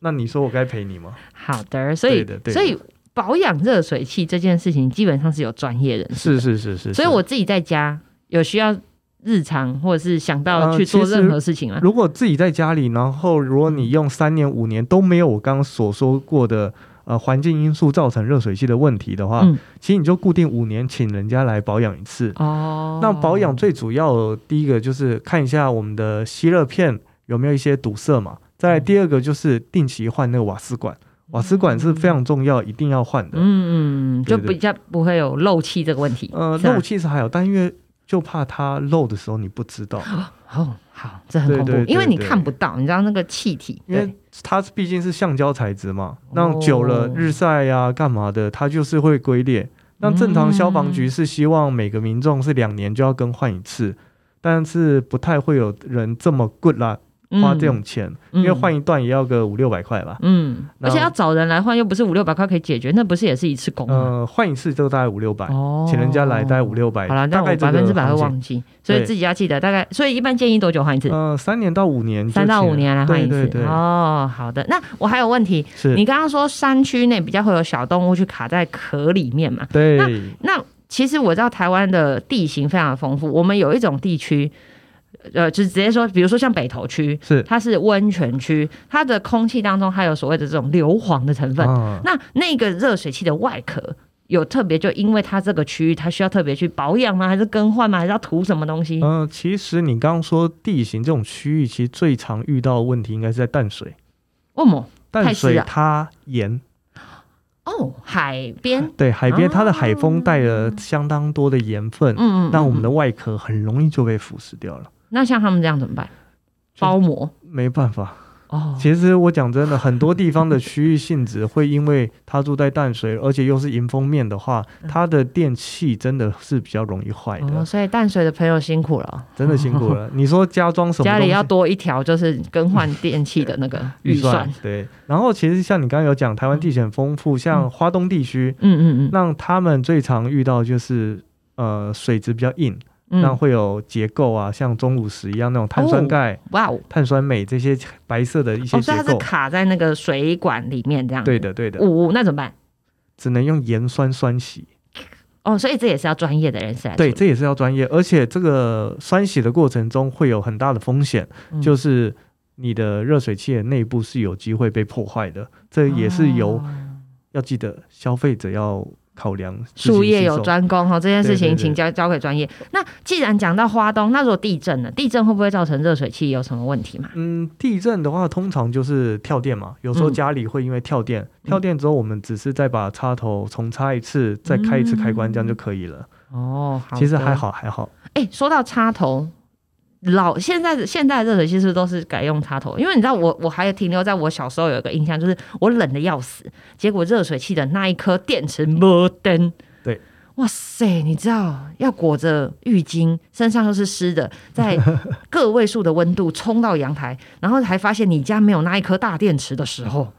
[SPEAKER 2] 那你说我该赔你吗？
[SPEAKER 1] 好的，所以
[SPEAKER 2] 对的对的
[SPEAKER 1] 所以保养热水器这件事情基本上是有专业人士，
[SPEAKER 2] 是是是是
[SPEAKER 1] 所以我自己在家有需要日常或者是想到
[SPEAKER 2] 呃
[SPEAKER 1] 去做
[SPEAKER 2] 其实
[SPEAKER 1] 任何事情了。
[SPEAKER 2] 如果自己在家里，然后如果你用三年五年都没有我刚刚所说过的呃环境因素造成热水器的问题的话，
[SPEAKER 1] 嗯
[SPEAKER 2] 其实你就固定五年请人家来保养一次。
[SPEAKER 1] 哦，
[SPEAKER 2] 那保养最主要的第一个就是看一下我们的吸热片有没有一些堵塞嘛，
[SPEAKER 1] 嗯
[SPEAKER 2] 再来第二个就是定期换那个瓦斯管，瓦斯管是非常重要，一定要换的。
[SPEAKER 1] 嗯嗯，嗯，就
[SPEAKER 2] 对对
[SPEAKER 1] 比较不会有漏气这个问题。
[SPEAKER 2] 呃，
[SPEAKER 1] 是啊吧
[SPEAKER 2] 漏气是还有，但因为就怕它漏的时候你不知道，
[SPEAKER 1] 哦，好，这很恐怖
[SPEAKER 2] 对对，对
[SPEAKER 1] 因为你
[SPEAKER 2] 对
[SPEAKER 1] 看不到，你知道那个气体，
[SPEAKER 2] 因为
[SPEAKER 1] 对，
[SPEAKER 2] 它毕竟是橡胶材质嘛，那
[SPEAKER 1] 哦
[SPEAKER 2] 久了日晒呀、干嘛的，它就是会龟裂。那正常消防
[SPEAKER 1] 嗯
[SPEAKER 2] 局是希望每个民众是两年就要更换一次，但是不太会有人这么 good 啦，花这种钱。
[SPEAKER 1] 嗯，
[SPEAKER 2] 因
[SPEAKER 1] 因
[SPEAKER 2] 为换一段也要个五六百块吧。
[SPEAKER 1] 嗯，而
[SPEAKER 2] 然后
[SPEAKER 1] 且要找人来换，又不是五六百块可以解决，那不是也是一次工吗？
[SPEAKER 2] 呃，换一次就大概五六百，
[SPEAKER 1] 哦，
[SPEAKER 2] 请人家来大概五。六百。
[SPEAKER 1] 好了，但
[SPEAKER 2] 大
[SPEAKER 1] 我
[SPEAKER 2] 概这
[SPEAKER 1] 百
[SPEAKER 2] 个
[SPEAKER 1] 分之百会
[SPEAKER 2] 行情。
[SPEAKER 1] 忘记，所以
[SPEAKER 2] 对
[SPEAKER 1] 自己要记得大概。所以一般建议多久换一次？
[SPEAKER 2] 呃，三年到五年就请，
[SPEAKER 1] 三到五年来换一
[SPEAKER 2] 对
[SPEAKER 1] 次。
[SPEAKER 2] 对对，
[SPEAKER 1] 哦，好的。那我还有问题，
[SPEAKER 2] 是，
[SPEAKER 1] 你刚刚说山区内比较会有小动物去卡在壳里面嘛？
[SPEAKER 2] 对，
[SPEAKER 1] 那其实我知道台湾的地形非常丰富，我们有一种地区，呃，就直接说，比如说像北投区，
[SPEAKER 2] 是
[SPEAKER 1] 它是温泉区，它的空气当中它有所谓的这种硫磺的成分，
[SPEAKER 2] 啊，
[SPEAKER 1] 那那个热水器的外壳有特别，就因为它这个区域它需要特别去保养吗？还是更换吗？还是要涂什么东西？
[SPEAKER 2] 嗯、其实你刚刚说地形这种区域，其实最常遇到的问题应该是在淡水，
[SPEAKER 1] 哦么？
[SPEAKER 2] 淡
[SPEAKER 1] 太湿
[SPEAKER 2] 水
[SPEAKER 1] 了
[SPEAKER 2] 它盐，
[SPEAKER 1] 哦，海边，
[SPEAKER 2] 对海边它的海风带了相当多的盐分，
[SPEAKER 1] 啊嗯嗯，
[SPEAKER 2] 那我们
[SPEAKER 1] 的
[SPEAKER 2] 的外壳很容易就被腐蚀掉了。
[SPEAKER 1] 那像他们这样怎么办？
[SPEAKER 2] 就
[SPEAKER 1] 包膜
[SPEAKER 2] 没办法，
[SPEAKER 1] 哦，
[SPEAKER 2] 其实我讲真的，很多地方的区域性质会因为它住在淡水，而且又是迎风面的话，它的电器真的是比较容易坏
[SPEAKER 1] 嗯哦，
[SPEAKER 2] 的，
[SPEAKER 1] 所以淡水的朋友辛苦了哦，
[SPEAKER 2] 真的辛苦了。你说加装什么
[SPEAKER 1] 家
[SPEAKER 2] 东
[SPEAKER 1] 里
[SPEAKER 2] 西嗯
[SPEAKER 1] 要多一条就是更换电器的那个预算。
[SPEAKER 2] 对，然后其实像你刚刚有讲，台湾地形很丰富，像花东地区，
[SPEAKER 1] 嗯嗯嗯
[SPEAKER 2] 那他们最常遇到就是呃水质比较硬，那
[SPEAKER 1] 嗯，
[SPEAKER 2] 会有结构啊，像钟乳石一样那种碳酸钙、
[SPEAKER 1] 哇哦，
[SPEAKER 2] 碳酸镁这些白色的一些
[SPEAKER 1] 哦，所
[SPEAKER 2] 结
[SPEAKER 1] 以它是嗯
[SPEAKER 2] 构。
[SPEAKER 1] 卡在那个水管里面这样。
[SPEAKER 2] 对，的，对的，
[SPEAKER 1] 五、那怎么办？
[SPEAKER 2] 只能用盐酸酸洗。
[SPEAKER 1] 哦，所以这也是要专业的人士来
[SPEAKER 2] 对，
[SPEAKER 1] 处
[SPEAKER 2] 这也是要专业，而且这个酸洗的过程中会有很大的风险，
[SPEAKER 1] 理
[SPEAKER 2] 就是你的热水器的内部是有机会被破坏的，这也是由、
[SPEAKER 1] 哦
[SPEAKER 2] 要记得消费者要考量自行
[SPEAKER 1] 术业有
[SPEAKER 2] 吸收
[SPEAKER 1] 专攻哦哈，这件事
[SPEAKER 2] 对对
[SPEAKER 1] 情
[SPEAKER 2] 对
[SPEAKER 1] 请交交给专业。那既然讲到花东，那如果地震呢？地震会不会造成热水器有什么问题嘛？
[SPEAKER 2] 嗯，地震的话，通常就是跳电嘛。有时候
[SPEAKER 1] 嗯
[SPEAKER 2] 家里会因为跳电，跳电之后，我们只是再把插头重插一次，再开一次开关，这样就可以了。
[SPEAKER 1] 哦，好的
[SPEAKER 2] 其实还。好，还好。
[SPEAKER 1] 哎、说到插头，老现在现在的热水器是不是都是改用插头？因为你知道我我还停留在我小时候有一个印象，就是我冷的要死，结果热水器的那一颗电池没灯。
[SPEAKER 2] 对。
[SPEAKER 1] 哇塞！你知道要裹着浴巾，身上又是湿的，在个位数的温度冲到阳台，然后还发现你家没有那一颗大电池的时候，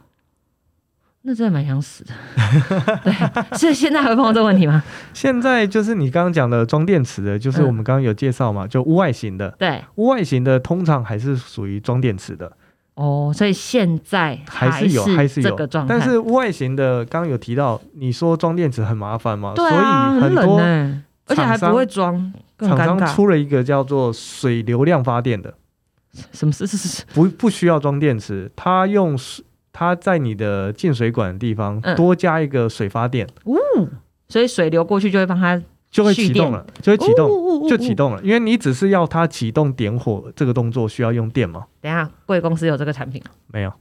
[SPEAKER 1] 那真的蛮想死的。 对， 所以现在还会碰到这个问题吗？
[SPEAKER 2] 现在就是你刚刚讲的装电池的，就是
[SPEAKER 1] 嗯
[SPEAKER 2] 我们刚刚有介绍嘛，就屋外型的。
[SPEAKER 1] 对，
[SPEAKER 2] 屋外型的通常还是属于装电池的，
[SPEAKER 1] 哦，所以现在
[SPEAKER 2] 还是有还是有
[SPEAKER 1] 这个状态，
[SPEAKER 2] 但是屋外型的刚刚有提到，你说装电池很麻烦嘛，
[SPEAKER 1] 对啊，
[SPEAKER 2] 所以很
[SPEAKER 1] 冷
[SPEAKER 2] 多
[SPEAKER 1] 呢、而且还
[SPEAKER 2] 厂商
[SPEAKER 1] 不会装，更
[SPEAKER 2] 厂
[SPEAKER 1] 尴
[SPEAKER 2] 商
[SPEAKER 1] 尬。
[SPEAKER 2] 出了一个叫做水流量发电的。
[SPEAKER 1] 什么事？是是是，
[SPEAKER 2] 不不需要装电池，它用水，它在你的进水管的地方
[SPEAKER 1] 嗯
[SPEAKER 2] 多加一个水发电，
[SPEAKER 1] 所以水流过去就会帮它
[SPEAKER 2] 就会
[SPEAKER 1] 蓄
[SPEAKER 2] 启
[SPEAKER 1] 电哦
[SPEAKER 2] 动了，就会启动，
[SPEAKER 1] 动
[SPEAKER 2] 就启。动了。因为你只是要它启动点火这个动作需要用电吗？
[SPEAKER 1] 等一下，贵公司有这个产品吗，
[SPEAKER 2] 没有，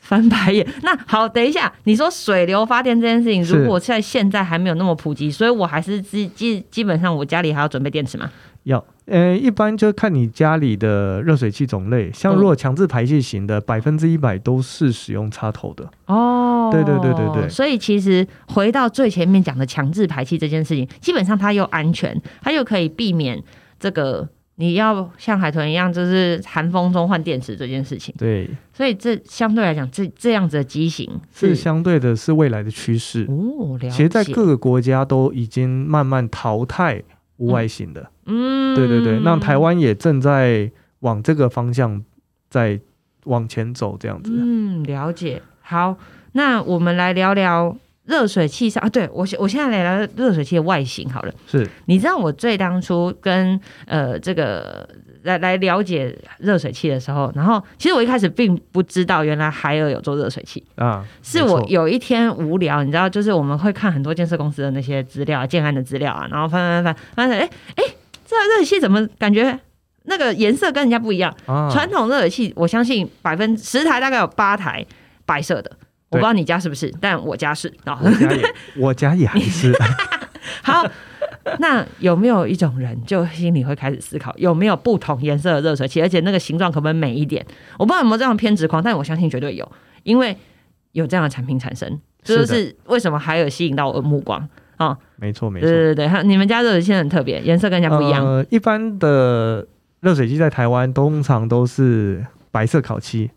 [SPEAKER 1] 翻白眼。那好，等一下，你说水流发电这件事情，
[SPEAKER 2] 是
[SPEAKER 1] 如果在现在还没有那么普及，所以我还是基基基本上我家里还要准备电池嘛。
[SPEAKER 2] 要。呃，一般就看你家里的热水器种类，
[SPEAKER 1] 嗯
[SPEAKER 2] 像如果强制排气型的，百分之一百都是使用插头的。
[SPEAKER 1] 哦，
[SPEAKER 2] 对对对对对
[SPEAKER 1] 所以其实回到最前面讲的强制排气这件事情，基本上它又安全，它又可以避免这个你要像海豚一样，就是寒风中换电池这件事情。
[SPEAKER 2] 对，
[SPEAKER 1] 所以这相对来讲，这这样子的机型
[SPEAKER 2] 是相对的是未来的趋势。
[SPEAKER 1] 哦，了解。
[SPEAKER 2] 其实，在各个国家都已经慢慢淘汰无外型的。
[SPEAKER 1] 嗯，
[SPEAKER 2] 对对对，那台湾也正在往这个方向在往前走，这样子。
[SPEAKER 1] 嗯，了解。好，那我们来聊聊热水器上啊，对我我现在来聊热水器的外形好了。
[SPEAKER 2] 是
[SPEAKER 1] 你知道我最当初跟呃这个来来了解热水器的时候，然后其实我一开始并不知道原来海尔有做热水器，
[SPEAKER 2] 啊，
[SPEAKER 1] 是
[SPEAKER 2] 没
[SPEAKER 1] 我
[SPEAKER 2] 错
[SPEAKER 1] 有一天无聊，你知道，就是我们会看很多建设公司的那些资料啊、建案的资料啊，然后翻翻翻翻，哎哎，这热水器怎么感觉那个颜色跟人家不一样？
[SPEAKER 2] 啊
[SPEAKER 1] 传统热水器，我相信百分十台大概有八台白色的，我不知道你家是不是，但我家是啊。
[SPEAKER 2] 我家也我家也还 是
[SPEAKER 1] 好，那有没有一种人，就心里会开始思考，有没有不同颜色的热水器，而且那个形状可不可以美一点？我不知道有没有这样的偏执狂，但我相信绝对有，因为有这样的产品产生，这就是
[SPEAKER 2] 的
[SPEAKER 1] 是为什么海尔吸引到我的目光。
[SPEAKER 2] 没错没
[SPEAKER 1] 对
[SPEAKER 2] 错，
[SPEAKER 1] 对对，还有你们家热水器很特别，颜色跟人家不一样。
[SPEAKER 2] 呃，一般的热水器在台湾通常都是白色烤漆，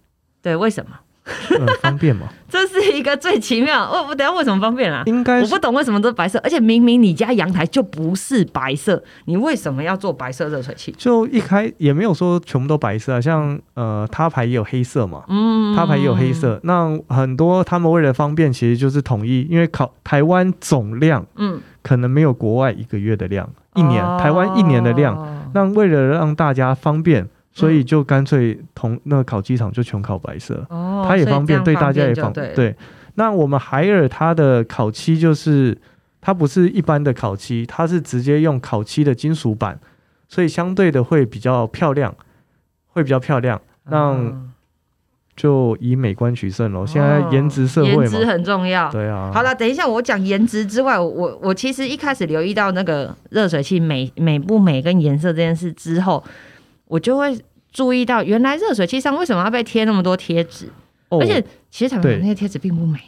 [SPEAKER 1] 对，为什么？
[SPEAKER 2] 呃，方便嘛？
[SPEAKER 1] 这是一个最奇妙。哦我我等一下为什么方便啊？
[SPEAKER 2] 应该
[SPEAKER 1] 我
[SPEAKER 2] 是
[SPEAKER 1] 不懂为什么都是白色，而且明明你家阳台就不是白色，你为什么要做白色热水器？
[SPEAKER 2] 就一开也没有说全部都白色啊，像呃他牌也有黑色嘛，
[SPEAKER 1] 嗯，
[SPEAKER 2] 他牌也有黑色。那很多他们为了方便，其实就是统一，因为烤台湾总量
[SPEAKER 1] 嗯，
[SPEAKER 2] 可能没有国外一个月的量，一年，台湾一年的量。
[SPEAKER 1] 哦
[SPEAKER 2] 那为了让大家方便，所以就干脆同那烤鸡场就全烤白色，
[SPEAKER 1] 哦，
[SPEAKER 2] 它也
[SPEAKER 1] 所以
[SPEAKER 2] 方
[SPEAKER 1] 这
[SPEAKER 2] 便，
[SPEAKER 1] 样
[SPEAKER 2] 对
[SPEAKER 1] 方
[SPEAKER 2] 大家也
[SPEAKER 1] 就
[SPEAKER 2] 方
[SPEAKER 1] 对。
[SPEAKER 2] 对。那我们海尔它的烤漆就是它不是一般的烤漆，它是直接用烤漆的金属板，所以相对的会比较漂亮，会比较漂亮。让
[SPEAKER 1] 嗯
[SPEAKER 2] 就以美观取胜咯。
[SPEAKER 1] 哦
[SPEAKER 2] 现在颜值社会
[SPEAKER 1] 颜值
[SPEAKER 2] 嘛，
[SPEAKER 1] 很重要。
[SPEAKER 2] 对啊。
[SPEAKER 1] 好，了，等一下，我讲颜值之外，我我我其实一开始留意到那个热水器美美不美跟颜色这件事之后，我就会注意到，原来热水器上为什么要被贴那么多贴纸？
[SPEAKER 2] 哦
[SPEAKER 1] 而且其实坦白讲，
[SPEAKER 2] 对
[SPEAKER 1] 那些贴纸并不 美。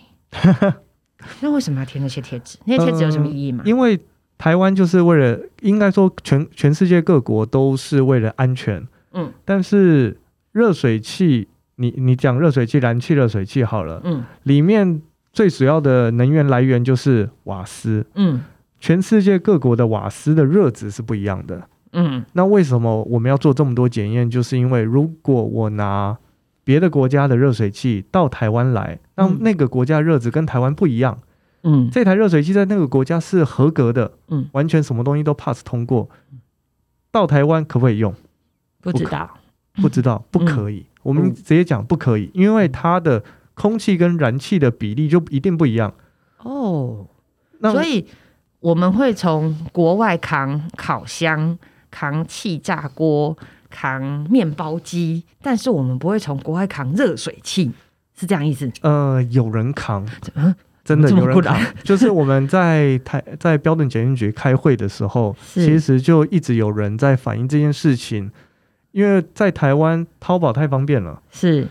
[SPEAKER 1] 那为什么要贴那些贴纸？那些贴纸有什么意义吗？
[SPEAKER 2] 嗯因为台湾就是为了，应该说全全世界各国都是为了安全，
[SPEAKER 1] 嗯，
[SPEAKER 2] 但是热水器，你你讲热水器、燃气热水器好了，
[SPEAKER 1] 嗯
[SPEAKER 2] 里面最主要的能源来源就是瓦斯。
[SPEAKER 1] 嗯
[SPEAKER 2] 全世界各国的瓦斯的热值是不一样的。
[SPEAKER 1] 嗯
[SPEAKER 2] 那为什么我们要做这么多检验？就是因为如果我拿别的国家的热水器到台湾来，那
[SPEAKER 1] 嗯
[SPEAKER 2] 那个国家热值跟台湾不一样，
[SPEAKER 1] 嗯
[SPEAKER 2] 这台热水器在那个国家是合格的，
[SPEAKER 1] 嗯，
[SPEAKER 2] 完全什么东西都 pass 通过，到台湾可不可以用？
[SPEAKER 1] 不知道。
[SPEAKER 2] 不
[SPEAKER 1] 嗯
[SPEAKER 2] 知道，不可以。我们直接讲不可以，因为它的空气跟燃气的比例就一定不一样。
[SPEAKER 1] 哦，
[SPEAKER 2] 那
[SPEAKER 1] 所以我们会从国外扛烤箱、扛气炸锅、扛面包机，但是我们不会从国外扛热水器，是这样意思？
[SPEAKER 2] 呃，有人扛，
[SPEAKER 1] 怎么
[SPEAKER 2] 真的
[SPEAKER 1] 这么
[SPEAKER 2] 有人
[SPEAKER 1] 不
[SPEAKER 2] 扛。 就是我们在台在标准检验局开会的时候，
[SPEAKER 1] 是
[SPEAKER 2] 其实就一直有人在反映这件事情，因为在台湾淘宝太方便了。
[SPEAKER 1] 是？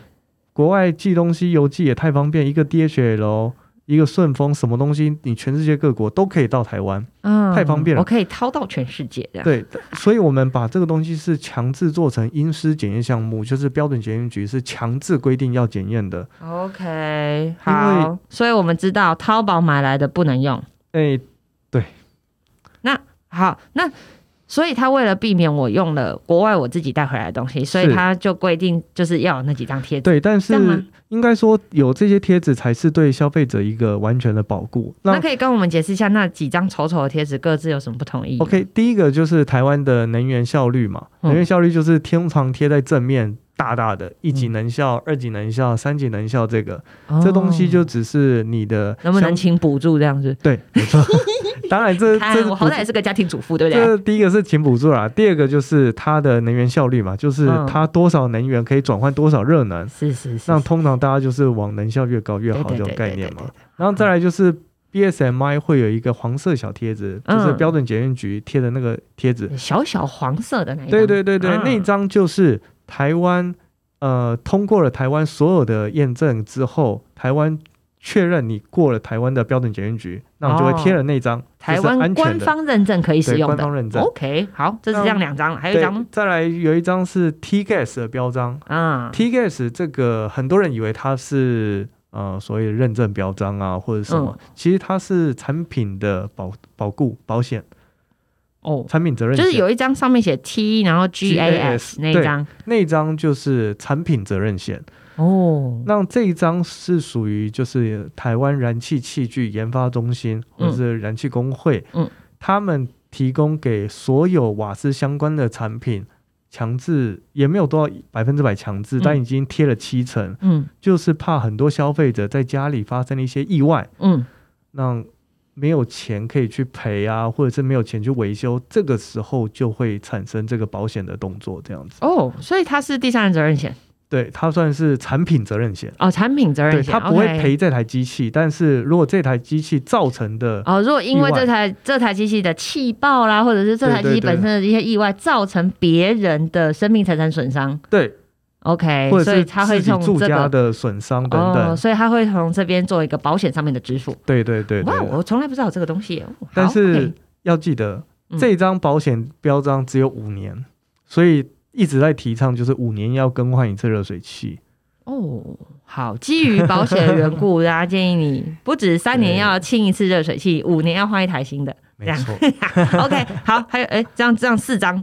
[SPEAKER 2] 国外寄东西邮寄也太方便，一个 DHL，一个顺丰，什么东西你全世界各国都可以到台湾。
[SPEAKER 1] 嗯
[SPEAKER 2] 太方便了
[SPEAKER 1] 我可以掏到全世界的。
[SPEAKER 2] 对，所以我们把这个东西是强制做成阴湿检验项目，就是标准检验局是强制规定要检验的。
[SPEAKER 1] OK，好，所以我们知道淘宝买来的不能用。
[SPEAKER 2] 哎、
[SPEAKER 1] 好，那所以他为了避免我用了国外我自己带回来的东西，所以
[SPEAKER 2] 是
[SPEAKER 1] 他就规定就是要有那几张贴纸。
[SPEAKER 2] 对，但
[SPEAKER 1] 这样吗
[SPEAKER 2] 是应该说有这些贴纸才是对消费者一个完全的保护。
[SPEAKER 1] 那可以跟我们解释一下那几张丑丑的贴纸各自有什么不同意义吗
[SPEAKER 2] OK，第一个就是台湾的能源效率嘛，
[SPEAKER 1] 嗯
[SPEAKER 2] 能源效率就是通常贴在正面大大的一级能效、二级能效、三级能效这个。这东西就
[SPEAKER 1] 嗯哦
[SPEAKER 2] 只是你的
[SPEAKER 1] 能不能
[SPEAKER 2] 相
[SPEAKER 1] 请补助这样子？
[SPEAKER 2] 对，没错。当然这，这
[SPEAKER 1] 看
[SPEAKER 2] 是
[SPEAKER 1] 我好
[SPEAKER 2] 补
[SPEAKER 1] 歹也是个家庭主妇，对不对？
[SPEAKER 2] 这第一个是请补助啦，第二个就是它的能源效率嘛，就是
[SPEAKER 1] 嗯
[SPEAKER 2] 它多少能源可以转换多少热能。
[SPEAKER 1] 是是是，
[SPEAKER 2] 那通常大家就是往能效越高越好
[SPEAKER 1] 对
[SPEAKER 2] 这种
[SPEAKER 1] 对对
[SPEAKER 2] 概
[SPEAKER 1] 对
[SPEAKER 2] 念
[SPEAKER 1] 对
[SPEAKER 2] 嘛
[SPEAKER 1] 对。
[SPEAKER 2] 然后再来就是 BSMI 会有一个黄色小贴纸，就是
[SPEAKER 1] 嗯
[SPEAKER 2] 标准检验局贴的那个贴纸
[SPEAKER 1] 对。小小黄色的那一张，
[SPEAKER 2] 对对对对，
[SPEAKER 1] 嗯
[SPEAKER 2] 那张就是台湾呃通过了台湾所有的验证之后，台湾确认你过了台湾的标准检验局，那我们就会贴了那张，
[SPEAKER 1] 哦台
[SPEAKER 2] 这是
[SPEAKER 1] 湾
[SPEAKER 2] 安全
[SPEAKER 1] 官
[SPEAKER 2] 的
[SPEAKER 1] 方认证可以使
[SPEAKER 2] 对
[SPEAKER 1] 用
[SPEAKER 2] 官
[SPEAKER 1] 的
[SPEAKER 2] 方。认证。
[SPEAKER 1] OK，好，这是这样两张了，还有一张
[SPEAKER 2] 对
[SPEAKER 1] 吗？
[SPEAKER 2] 再来有一张是 T gas 的标章
[SPEAKER 1] 啊，
[SPEAKER 2] ，T gas 这个很多人以为它是呃所谓的认证标章啊或者什么，
[SPEAKER 1] 嗯
[SPEAKER 2] 其实它是产品的保保固保险，
[SPEAKER 1] 哦，
[SPEAKER 2] 产品责任
[SPEAKER 1] 就
[SPEAKER 2] 险。
[SPEAKER 1] 是有一张上面写 T，然后 GAS
[SPEAKER 2] GAS
[SPEAKER 1] 那一张。
[SPEAKER 2] 那一张就是产品责任险。
[SPEAKER 1] 哦，
[SPEAKER 2] 那这一张是属于就是台湾燃气器具研发中心或者是燃气工会，
[SPEAKER 1] 嗯
[SPEAKER 2] 他们提供给所有瓦斯相关的产品，强制也没有多少百分之百强制，
[SPEAKER 1] 嗯
[SPEAKER 2] 但已经贴了七成，
[SPEAKER 1] 嗯
[SPEAKER 2] 就是怕很多消费者在家里发生了一些意外，
[SPEAKER 1] 嗯，
[SPEAKER 2] 让没有钱可以去赔啊，或者是没有钱去维修，这个时候就会产生这个保险的动作，这样子。
[SPEAKER 1] 哦，所以它是第三人责任险
[SPEAKER 2] 对，它算是产品责任险。
[SPEAKER 1] 哦，产品责任
[SPEAKER 2] 对，
[SPEAKER 1] 险，
[SPEAKER 2] 它不会
[SPEAKER 1] OK。
[SPEAKER 2] 赔这台机器，但是如果这台机器造成 的，
[SPEAKER 1] 哦，如果因为
[SPEAKER 2] 意外
[SPEAKER 1] 这台这台机器的气爆啦，或者是这台机器
[SPEAKER 2] 对对对
[SPEAKER 1] 本身的一些意外，造成别人的生命财产损伤
[SPEAKER 2] 对，
[SPEAKER 1] ，OK，
[SPEAKER 2] 或者
[SPEAKER 1] 所以
[SPEAKER 2] 是
[SPEAKER 1] 它会
[SPEAKER 2] 自己
[SPEAKER 1] 从
[SPEAKER 2] 住
[SPEAKER 1] 这
[SPEAKER 2] 家
[SPEAKER 1] 个
[SPEAKER 2] 的损伤等等，
[SPEAKER 1] 哦，所以它会从这边做一个保险上面的支付。
[SPEAKER 2] 对对对对
[SPEAKER 1] 哇，哦
[SPEAKER 2] 对。
[SPEAKER 1] 我从来不知道有这个东西耶。哦
[SPEAKER 2] 但
[SPEAKER 1] 好
[SPEAKER 2] 是
[SPEAKER 1] OK
[SPEAKER 2] 要记得，
[SPEAKER 1] 嗯
[SPEAKER 2] 这张保险标章只有五年，所以一直在提倡就是五年要更换一次热水器。
[SPEAKER 1] 哦，好，基于保险的缘故，大家建议你不止三年
[SPEAKER 2] 对
[SPEAKER 1] 要清一次热水器，五年要换一台新 的。
[SPEAKER 2] 没
[SPEAKER 1] 这样
[SPEAKER 2] 错，
[SPEAKER 1] OK，好，还有哎、这样这样四张，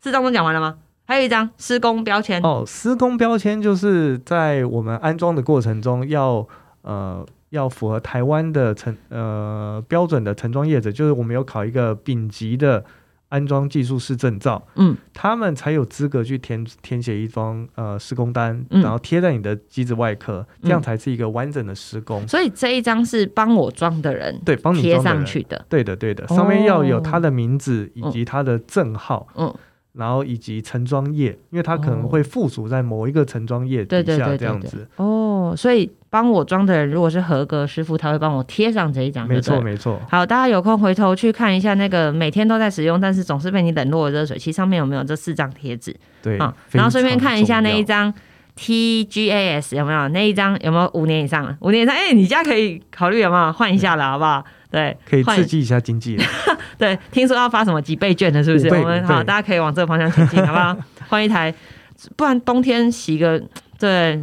[SPEAKER 1] 四张都讲完了吗？还有一张施工标签，
[SPEAKER 2] 哦，施工标签就是在我们安装的过程中要呃要符合台湾的承呃标准的承装业者，就是我们有考一个丙级的安装技术师证照，
[SPEAKER 1] 嗯，
[SPEAKER 2] 他们才有资格去填填写一封呃施工单，
[SPEAKER 1] 嗯
[SPEAKER 2] 然后贴在你的机子外壳，
[SPEAKER 1] 嗯
[SPEAKER 2] 这样才是一个完整的施工。
[SPEAKER 1] 所以这一张是帮我装的人
[SPEAKER 2] 对，帮你
[SPEAKER 1] 贴
[SPEAKER 2] 装的
[SPEAKER 1] 上
[SPEAKER 2] 人
[SPEAKER 1] 去的，
[SPEAKER 2] 对的，对的，
[SPEAKER 1] 哦
[SPEAKER 2] 上面要有他的名字以及他的证号，
[SPEAKER 1] 嗯，
[SPEAKER 2] 然后以及承装业，因为他可能会附属在某一个承装业
[SPEAKER 1] 对
[SPEAKER 2] 底
[SPEAKER 1] 对
[SPEAKER 2] 下
[SPEAKER 1] 对
[SPEAKER 2] 这
[SPEAKER 1] 对
[SPEAKER 2] 样
[SPEAKER 1] 对
[SPEAKER 2] 子。，
[SPEAKER 1] 哦，所以帮我装的人如果是合格师傅，他会帮我贴上这一张，
[SPEAKER 2] 没
[SPEAKER 1] 对不对
[SPEAKER 2] 错，没错。
[SPEAKER 1] 好，大家有空回头去看一下那个每天都在使用，但是总是被你冷落的热水器上面有没有这四张贴纸
[SPEAKER 2] 对
[SPEAKER 1] 啊？然后顺便看一下那一。
[SPEAKER 2] 非常重要
[SPEAKER 1] 张 TGAS 有没有那一张有没有五年以上了？五年以上，哎、你家可以考虑有没有换一下了，好不好？对，
[SPEAKER 2] 可以
[SPEAKER 1] 换
[SPEAKER 2] 刺激一下经济，
[SPEAKER 1] 对，听说要发什么几倍券的，是不是？
[SPEAKER 2] 五倍
[SPEAKER 1] 我们
[SPEAKER 2] 五倍
[SPEAKER 1] 好，大家可以往这个方向前进，好不 好？换一台，不然冬天洗个对，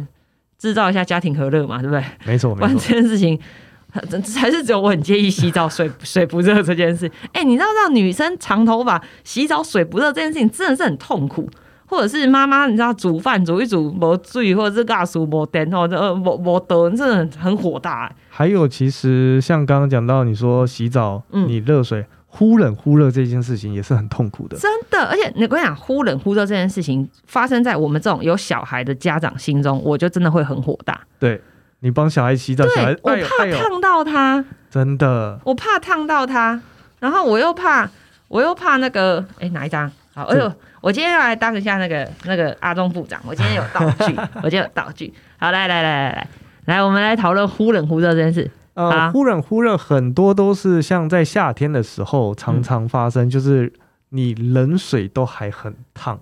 [SPEAKER 1] 制造一下家庭和乐嘛，对不对？
[SPEAKER 2] 没错
[SPEAKER 1] 不然
[SPEAKER 2] 没错，
[SPEAKER 1] 这件事情。呃还是只有我很介意洗澡水 水不热这件事。哎、你知道让女生长头发洗澡水不热这件事情真的是很痛苦，或者是妈妈你知道煮饭煮一煮没醉，或者是尬熟没电，或者呃没没得，真的很火大、哎
[SPEAKER 2] 还有其实像刚刚讲到，你说洗澡，
[SPEAKER 1] 嗯
[SPEAKER 2] 你热水忽冷忽热这件事情也是很痛苦的，
[SPEAKER 1] 真的，而且你跟你讲，忽冷忽热这件事情发生在我们这种有小孩的家长心中，我就真的会很火大。
[SPEAKER 2] 对你帮小孩洗澡，小孩
[SPEAKER 1] 对，我
[SPEAKER 2] 哎呦
[SPEAKER 1] 怕
[SPEAKER 2] 哎呦，
[SPEAKER 1] 烫到他，
[SPEAKER 2] 真的
[SPEAKER 1] 我怕烫到他，然后我又怕，我又怕那个，哎，哪一张？好，哎呦，我今天要来当一下那个那个阿中部长，我今天有道 具，我今天有道具。好，来来来来来来，我们来讨论忽冷忽热这件事。啊
[SPEAKER 2] 呃，忽冷忽热很多都是像在夏天的时候
[SPEAKER 1] 嗯
[SPEAKER 2] 常常发生，就是你冷水都还很烫，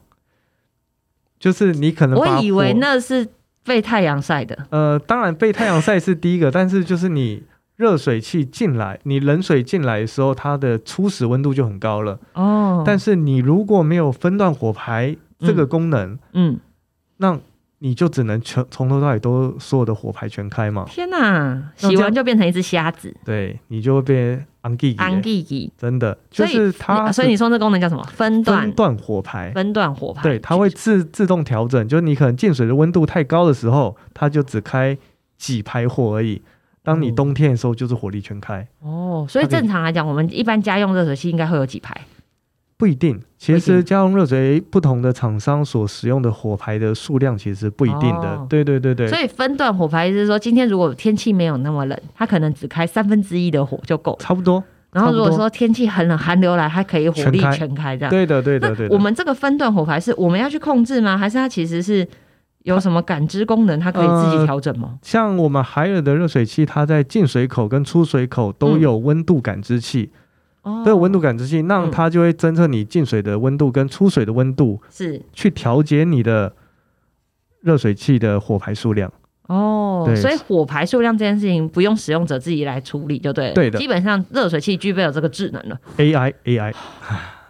[SPEAKER 2] 就是你可能
[SPEAKER 1] 我
[SPEAKER 2] 把
[SPEAKER 1] 以为
[SPEAKER 2] 火
[SPEAKER 1] 那是被太阳晒的，
[SPEAKER 2] 呃，当然被太阳晒是第一个，但是就是你热水器进来，你冷水进来的时候，它的初始温度就很高了。
[SPEAKER 1] 哦，
[SPEAKER 2] 但是你如果没有分段火排这个功能，
[SPEAKER 1] 嗯，
[SPEAKER 2] 那你就只能全从头到尾都所有的火排全开嘛。
[SPEAKER 1] 天哪，
[SPEAKER 2] 那这
[SPEAKER 1] 洗
[SPEAKER 2] 样
[SPEAKER 1] 完就变成一只虾子，
[SPEAKER 2] 对，你就会被安吉
[SPEAKER 1] 安吉吉。
[SPEAKER 2] 真的
[SPEAKER 1] 所
[SPEAKER 2] 就
[SPEAKER 1] 以
[SPEAKER 2] 是它
[SPEAKER 1] 你所以你说这功能叫什么？分段
[SPEAKER 2] 分段火排。
[SPEAKER 1] 分段火牌，
[SPEAKER 2] 对，它会自自动调整，就是你可能进水的温度太高的时候，它就只开几排火而已。当你
[SPEAKER 1] 嗯
[SPEAKER 2] 冬天的时候，就是火力全开。
[SPEAKER 1] 哦。所以正常来讲，我们一般家用热水器应该会有几排？
[SPEAKER 2] 不一定，其实家用热水不同的厂商所使用的火牌的数量其实不一定的。
[SPEAKER 1] 哦
[SPEAKER 2] 对对对对
[SPEAKER 1] 所，以分段火牌就是说，今天如果天气没有那么冷，它可能只开三分之一的火就够了。
[SPEAKER 2] 差不多。
[SPEAKER 1] 然后如果
[SPEAKER 2] 差不
[SPEAKER 1] 说天气很冷，寒流来，它可以火力
[SPEAKER 2] 全开
[SPEAKER 1] 全开这样。
[SPEAKER 2] 对的对的对
[SPEAKER 1] 那我
[SPEAKER 2] 的。
[SPEAKER 1] 们这个分段火牌是我们要去控制吗？还是它其实是有什么感知功能，它可以
[SPEAKER 2] 呃
[SPEAKER 1] 自己调整吗？
[SPEAKER 2] 像我们海尔的热水器，它在进水口跟出水口
[SPEAKER 1] 嗯
[SPEAKER 2] 都有温度感知器，
[SPEAKER 1] 哦
[SPEAKER 2] 都有温度感知器，那
[SPEAKER 1] 嗯
[SPEAKER 2] 它就会侦测你进水的温度跟出水的温度，
[SPEAKER 1] 是
[SPEAKER 2] 去调节你的热水器的火牌数量。
[SPEAKER 1] 哦，
[SPEAKER 2] 对
[SPEAKER 1] 所以火牌数量这件事情不用使用者自己来处理就对了。
[SPEAKER 2] 对的
[SPEAKER 1] 基本上热水器具备有这个智能了。
[SPEAKER 2] AI AI，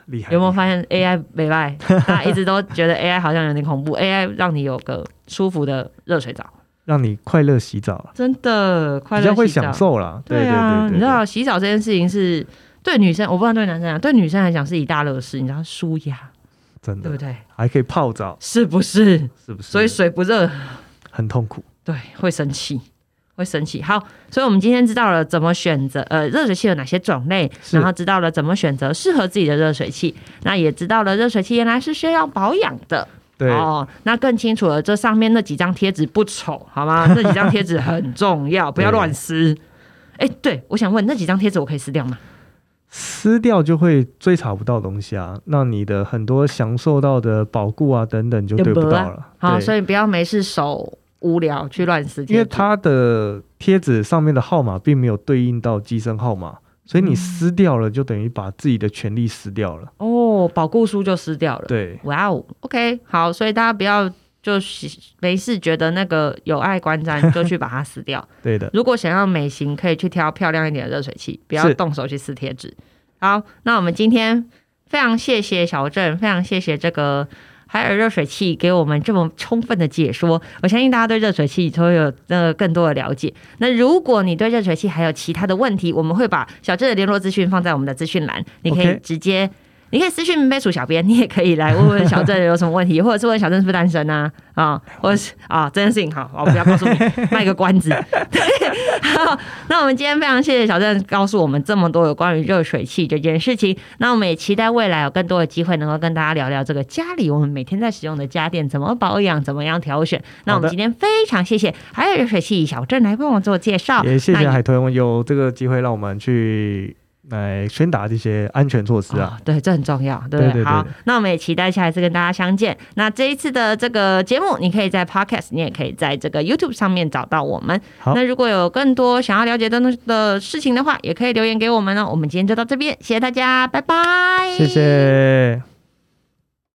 [SPEAKER 2] 厉害！
[SPEAKER 1] 有没有发现 AI 没 赖？大家一直都觉得 AI 好像有点恐怖，AI 让你有个舒服的热水澡，
[SPEAKER 2] 让你快乐洗澡，
[SPEAKER 1] 真的快
[SPEAKER 2] 比
[SPEAKER 1] 乐
[SPEAKER 2] 较会
[SPEAKER 1] 洗澡
[SPEAKER 2] 享。受啦。对
[SPEAKER 1] 对
[SPEAKER 2] 对
[SPEAKER 1] 啊，
[SPEAKER 2] 对对，
[SPEAKER 1] 你知道洗澡这件事情是对女生，我不知道对男生啊，对女生来讲是一大乐事，你知道舒压，
[SPEAKER 2] 真
[SPEAKER 1] 对
[SPEAKER 2] 的
[SPEAKER 1] 不对？
[SPEAKER 2] 还可以泡澡，
[SPEAKER 1] 是不是？
[SPEAKER 2] 是不是？
[SPEAKER 1] 所以水不热，
[SPEAKER 2] 很痛苦。
[SPEAKER 1] 对，会生气。会生气。好，所以我们今天知道了怎么选择呃热水器有哪些种类，
[SPEAKER 2] 是
[SPEAKER 1] 然后知道了怎么选择适合自己的热水器，那也知道了热水器原来是需要保养的。
[SPEAKER 2] 对，
[SPEAKER 1] 哦，那更清楚了，这上面那几张贴纸不丑，好 吗？那几张贴纸很重要，不要乱撕。哎、对，我想问，那几张贴纸我可以撕掉吗？
[SPEAKER 2] 撕掉就会追查不到东西啊，那你的很多享受到的保固啊等等就对不到了。
[SPEAKER 1] 好，
[SPEAKER 2] 对，
[SPEAKER 1] 所以不要没事手无聊去乱撕贴纸，
[SPEAKER 2] 因为它的贴纸上面的号码并没有对应到机身号码，所以
[SPEAKER 1] 嗯
[SPEAKER 2] 你撕掉了就等于把自己的权利撕掉了。
[SPEAKER 1] 哦，保固书就撕掉了。
[SPEAKER 2] 对，
[SPEAKER 1] 哇哦，OK，好，所以大家不要就是没事觉得那个有碍观瞻就去把它撕掉。
[SPEAKER 2] 对的，
[SPEAKER 1] 如果想要美型，可以去挑漂亮一点的热水器，不要
[SPEAKER 2] 是
[SPEAKER 1] 动手去撕贴纸。好，那我们今天非常谢谢小郑，非常谢谢这个海尔热水器给我们这么充分的解说。我相信大家对热水器都有那个更多的了解。那如果你对热水器还有其他的问题，我们会把小郑的联络资讯放在我们的资讯栏，你可以
[SPEAKER 2] OK
[SPEAKER 1] 直接。你可以私讯秘书小编， 你也可以来问问小郑有什么问题，或者是问小郑是不是单身啊啊，或者是啊这件事情好，我不要告诉你， 卖个关子。对，好，那我们今天非常谢谢小郑告诉我们这么多有关于热水器这件事情。那我们也期待未来有更多的机会能够跟大家聊聊这个家里我们每天在使用的家电怎么保养，怎么样挑选。那我
[SPEAKER 2] 好的
[SPEAKER 1] 们今天非常谢谢还有热水器小郑来帮我做介绍，
[SPEAKER 2] 也谢
[SPEAKER 1] 那
[SPEAKER 2] 谢海豚有这个机会让我们去来宣达这些安全措施啊。
[SPEAKER 1] 哦，对，这很重要，对不对？
[SPEAKER 2] 对对对
[SPEAKER 1] 好，那我们也期待下一次跟大家相见。那这一次的这个节目，你可以在 Podcast，你也可以在这个 YouTube 上面找到我们。
[SPEAKER 2] 好
[SPEAKER 1] 那如果有更多想要了解的东的事情的话，也可以留言给我们哦。我们今天就到这边，谢谢大家，拜拜，
[SPEAKER 2] 谢谢。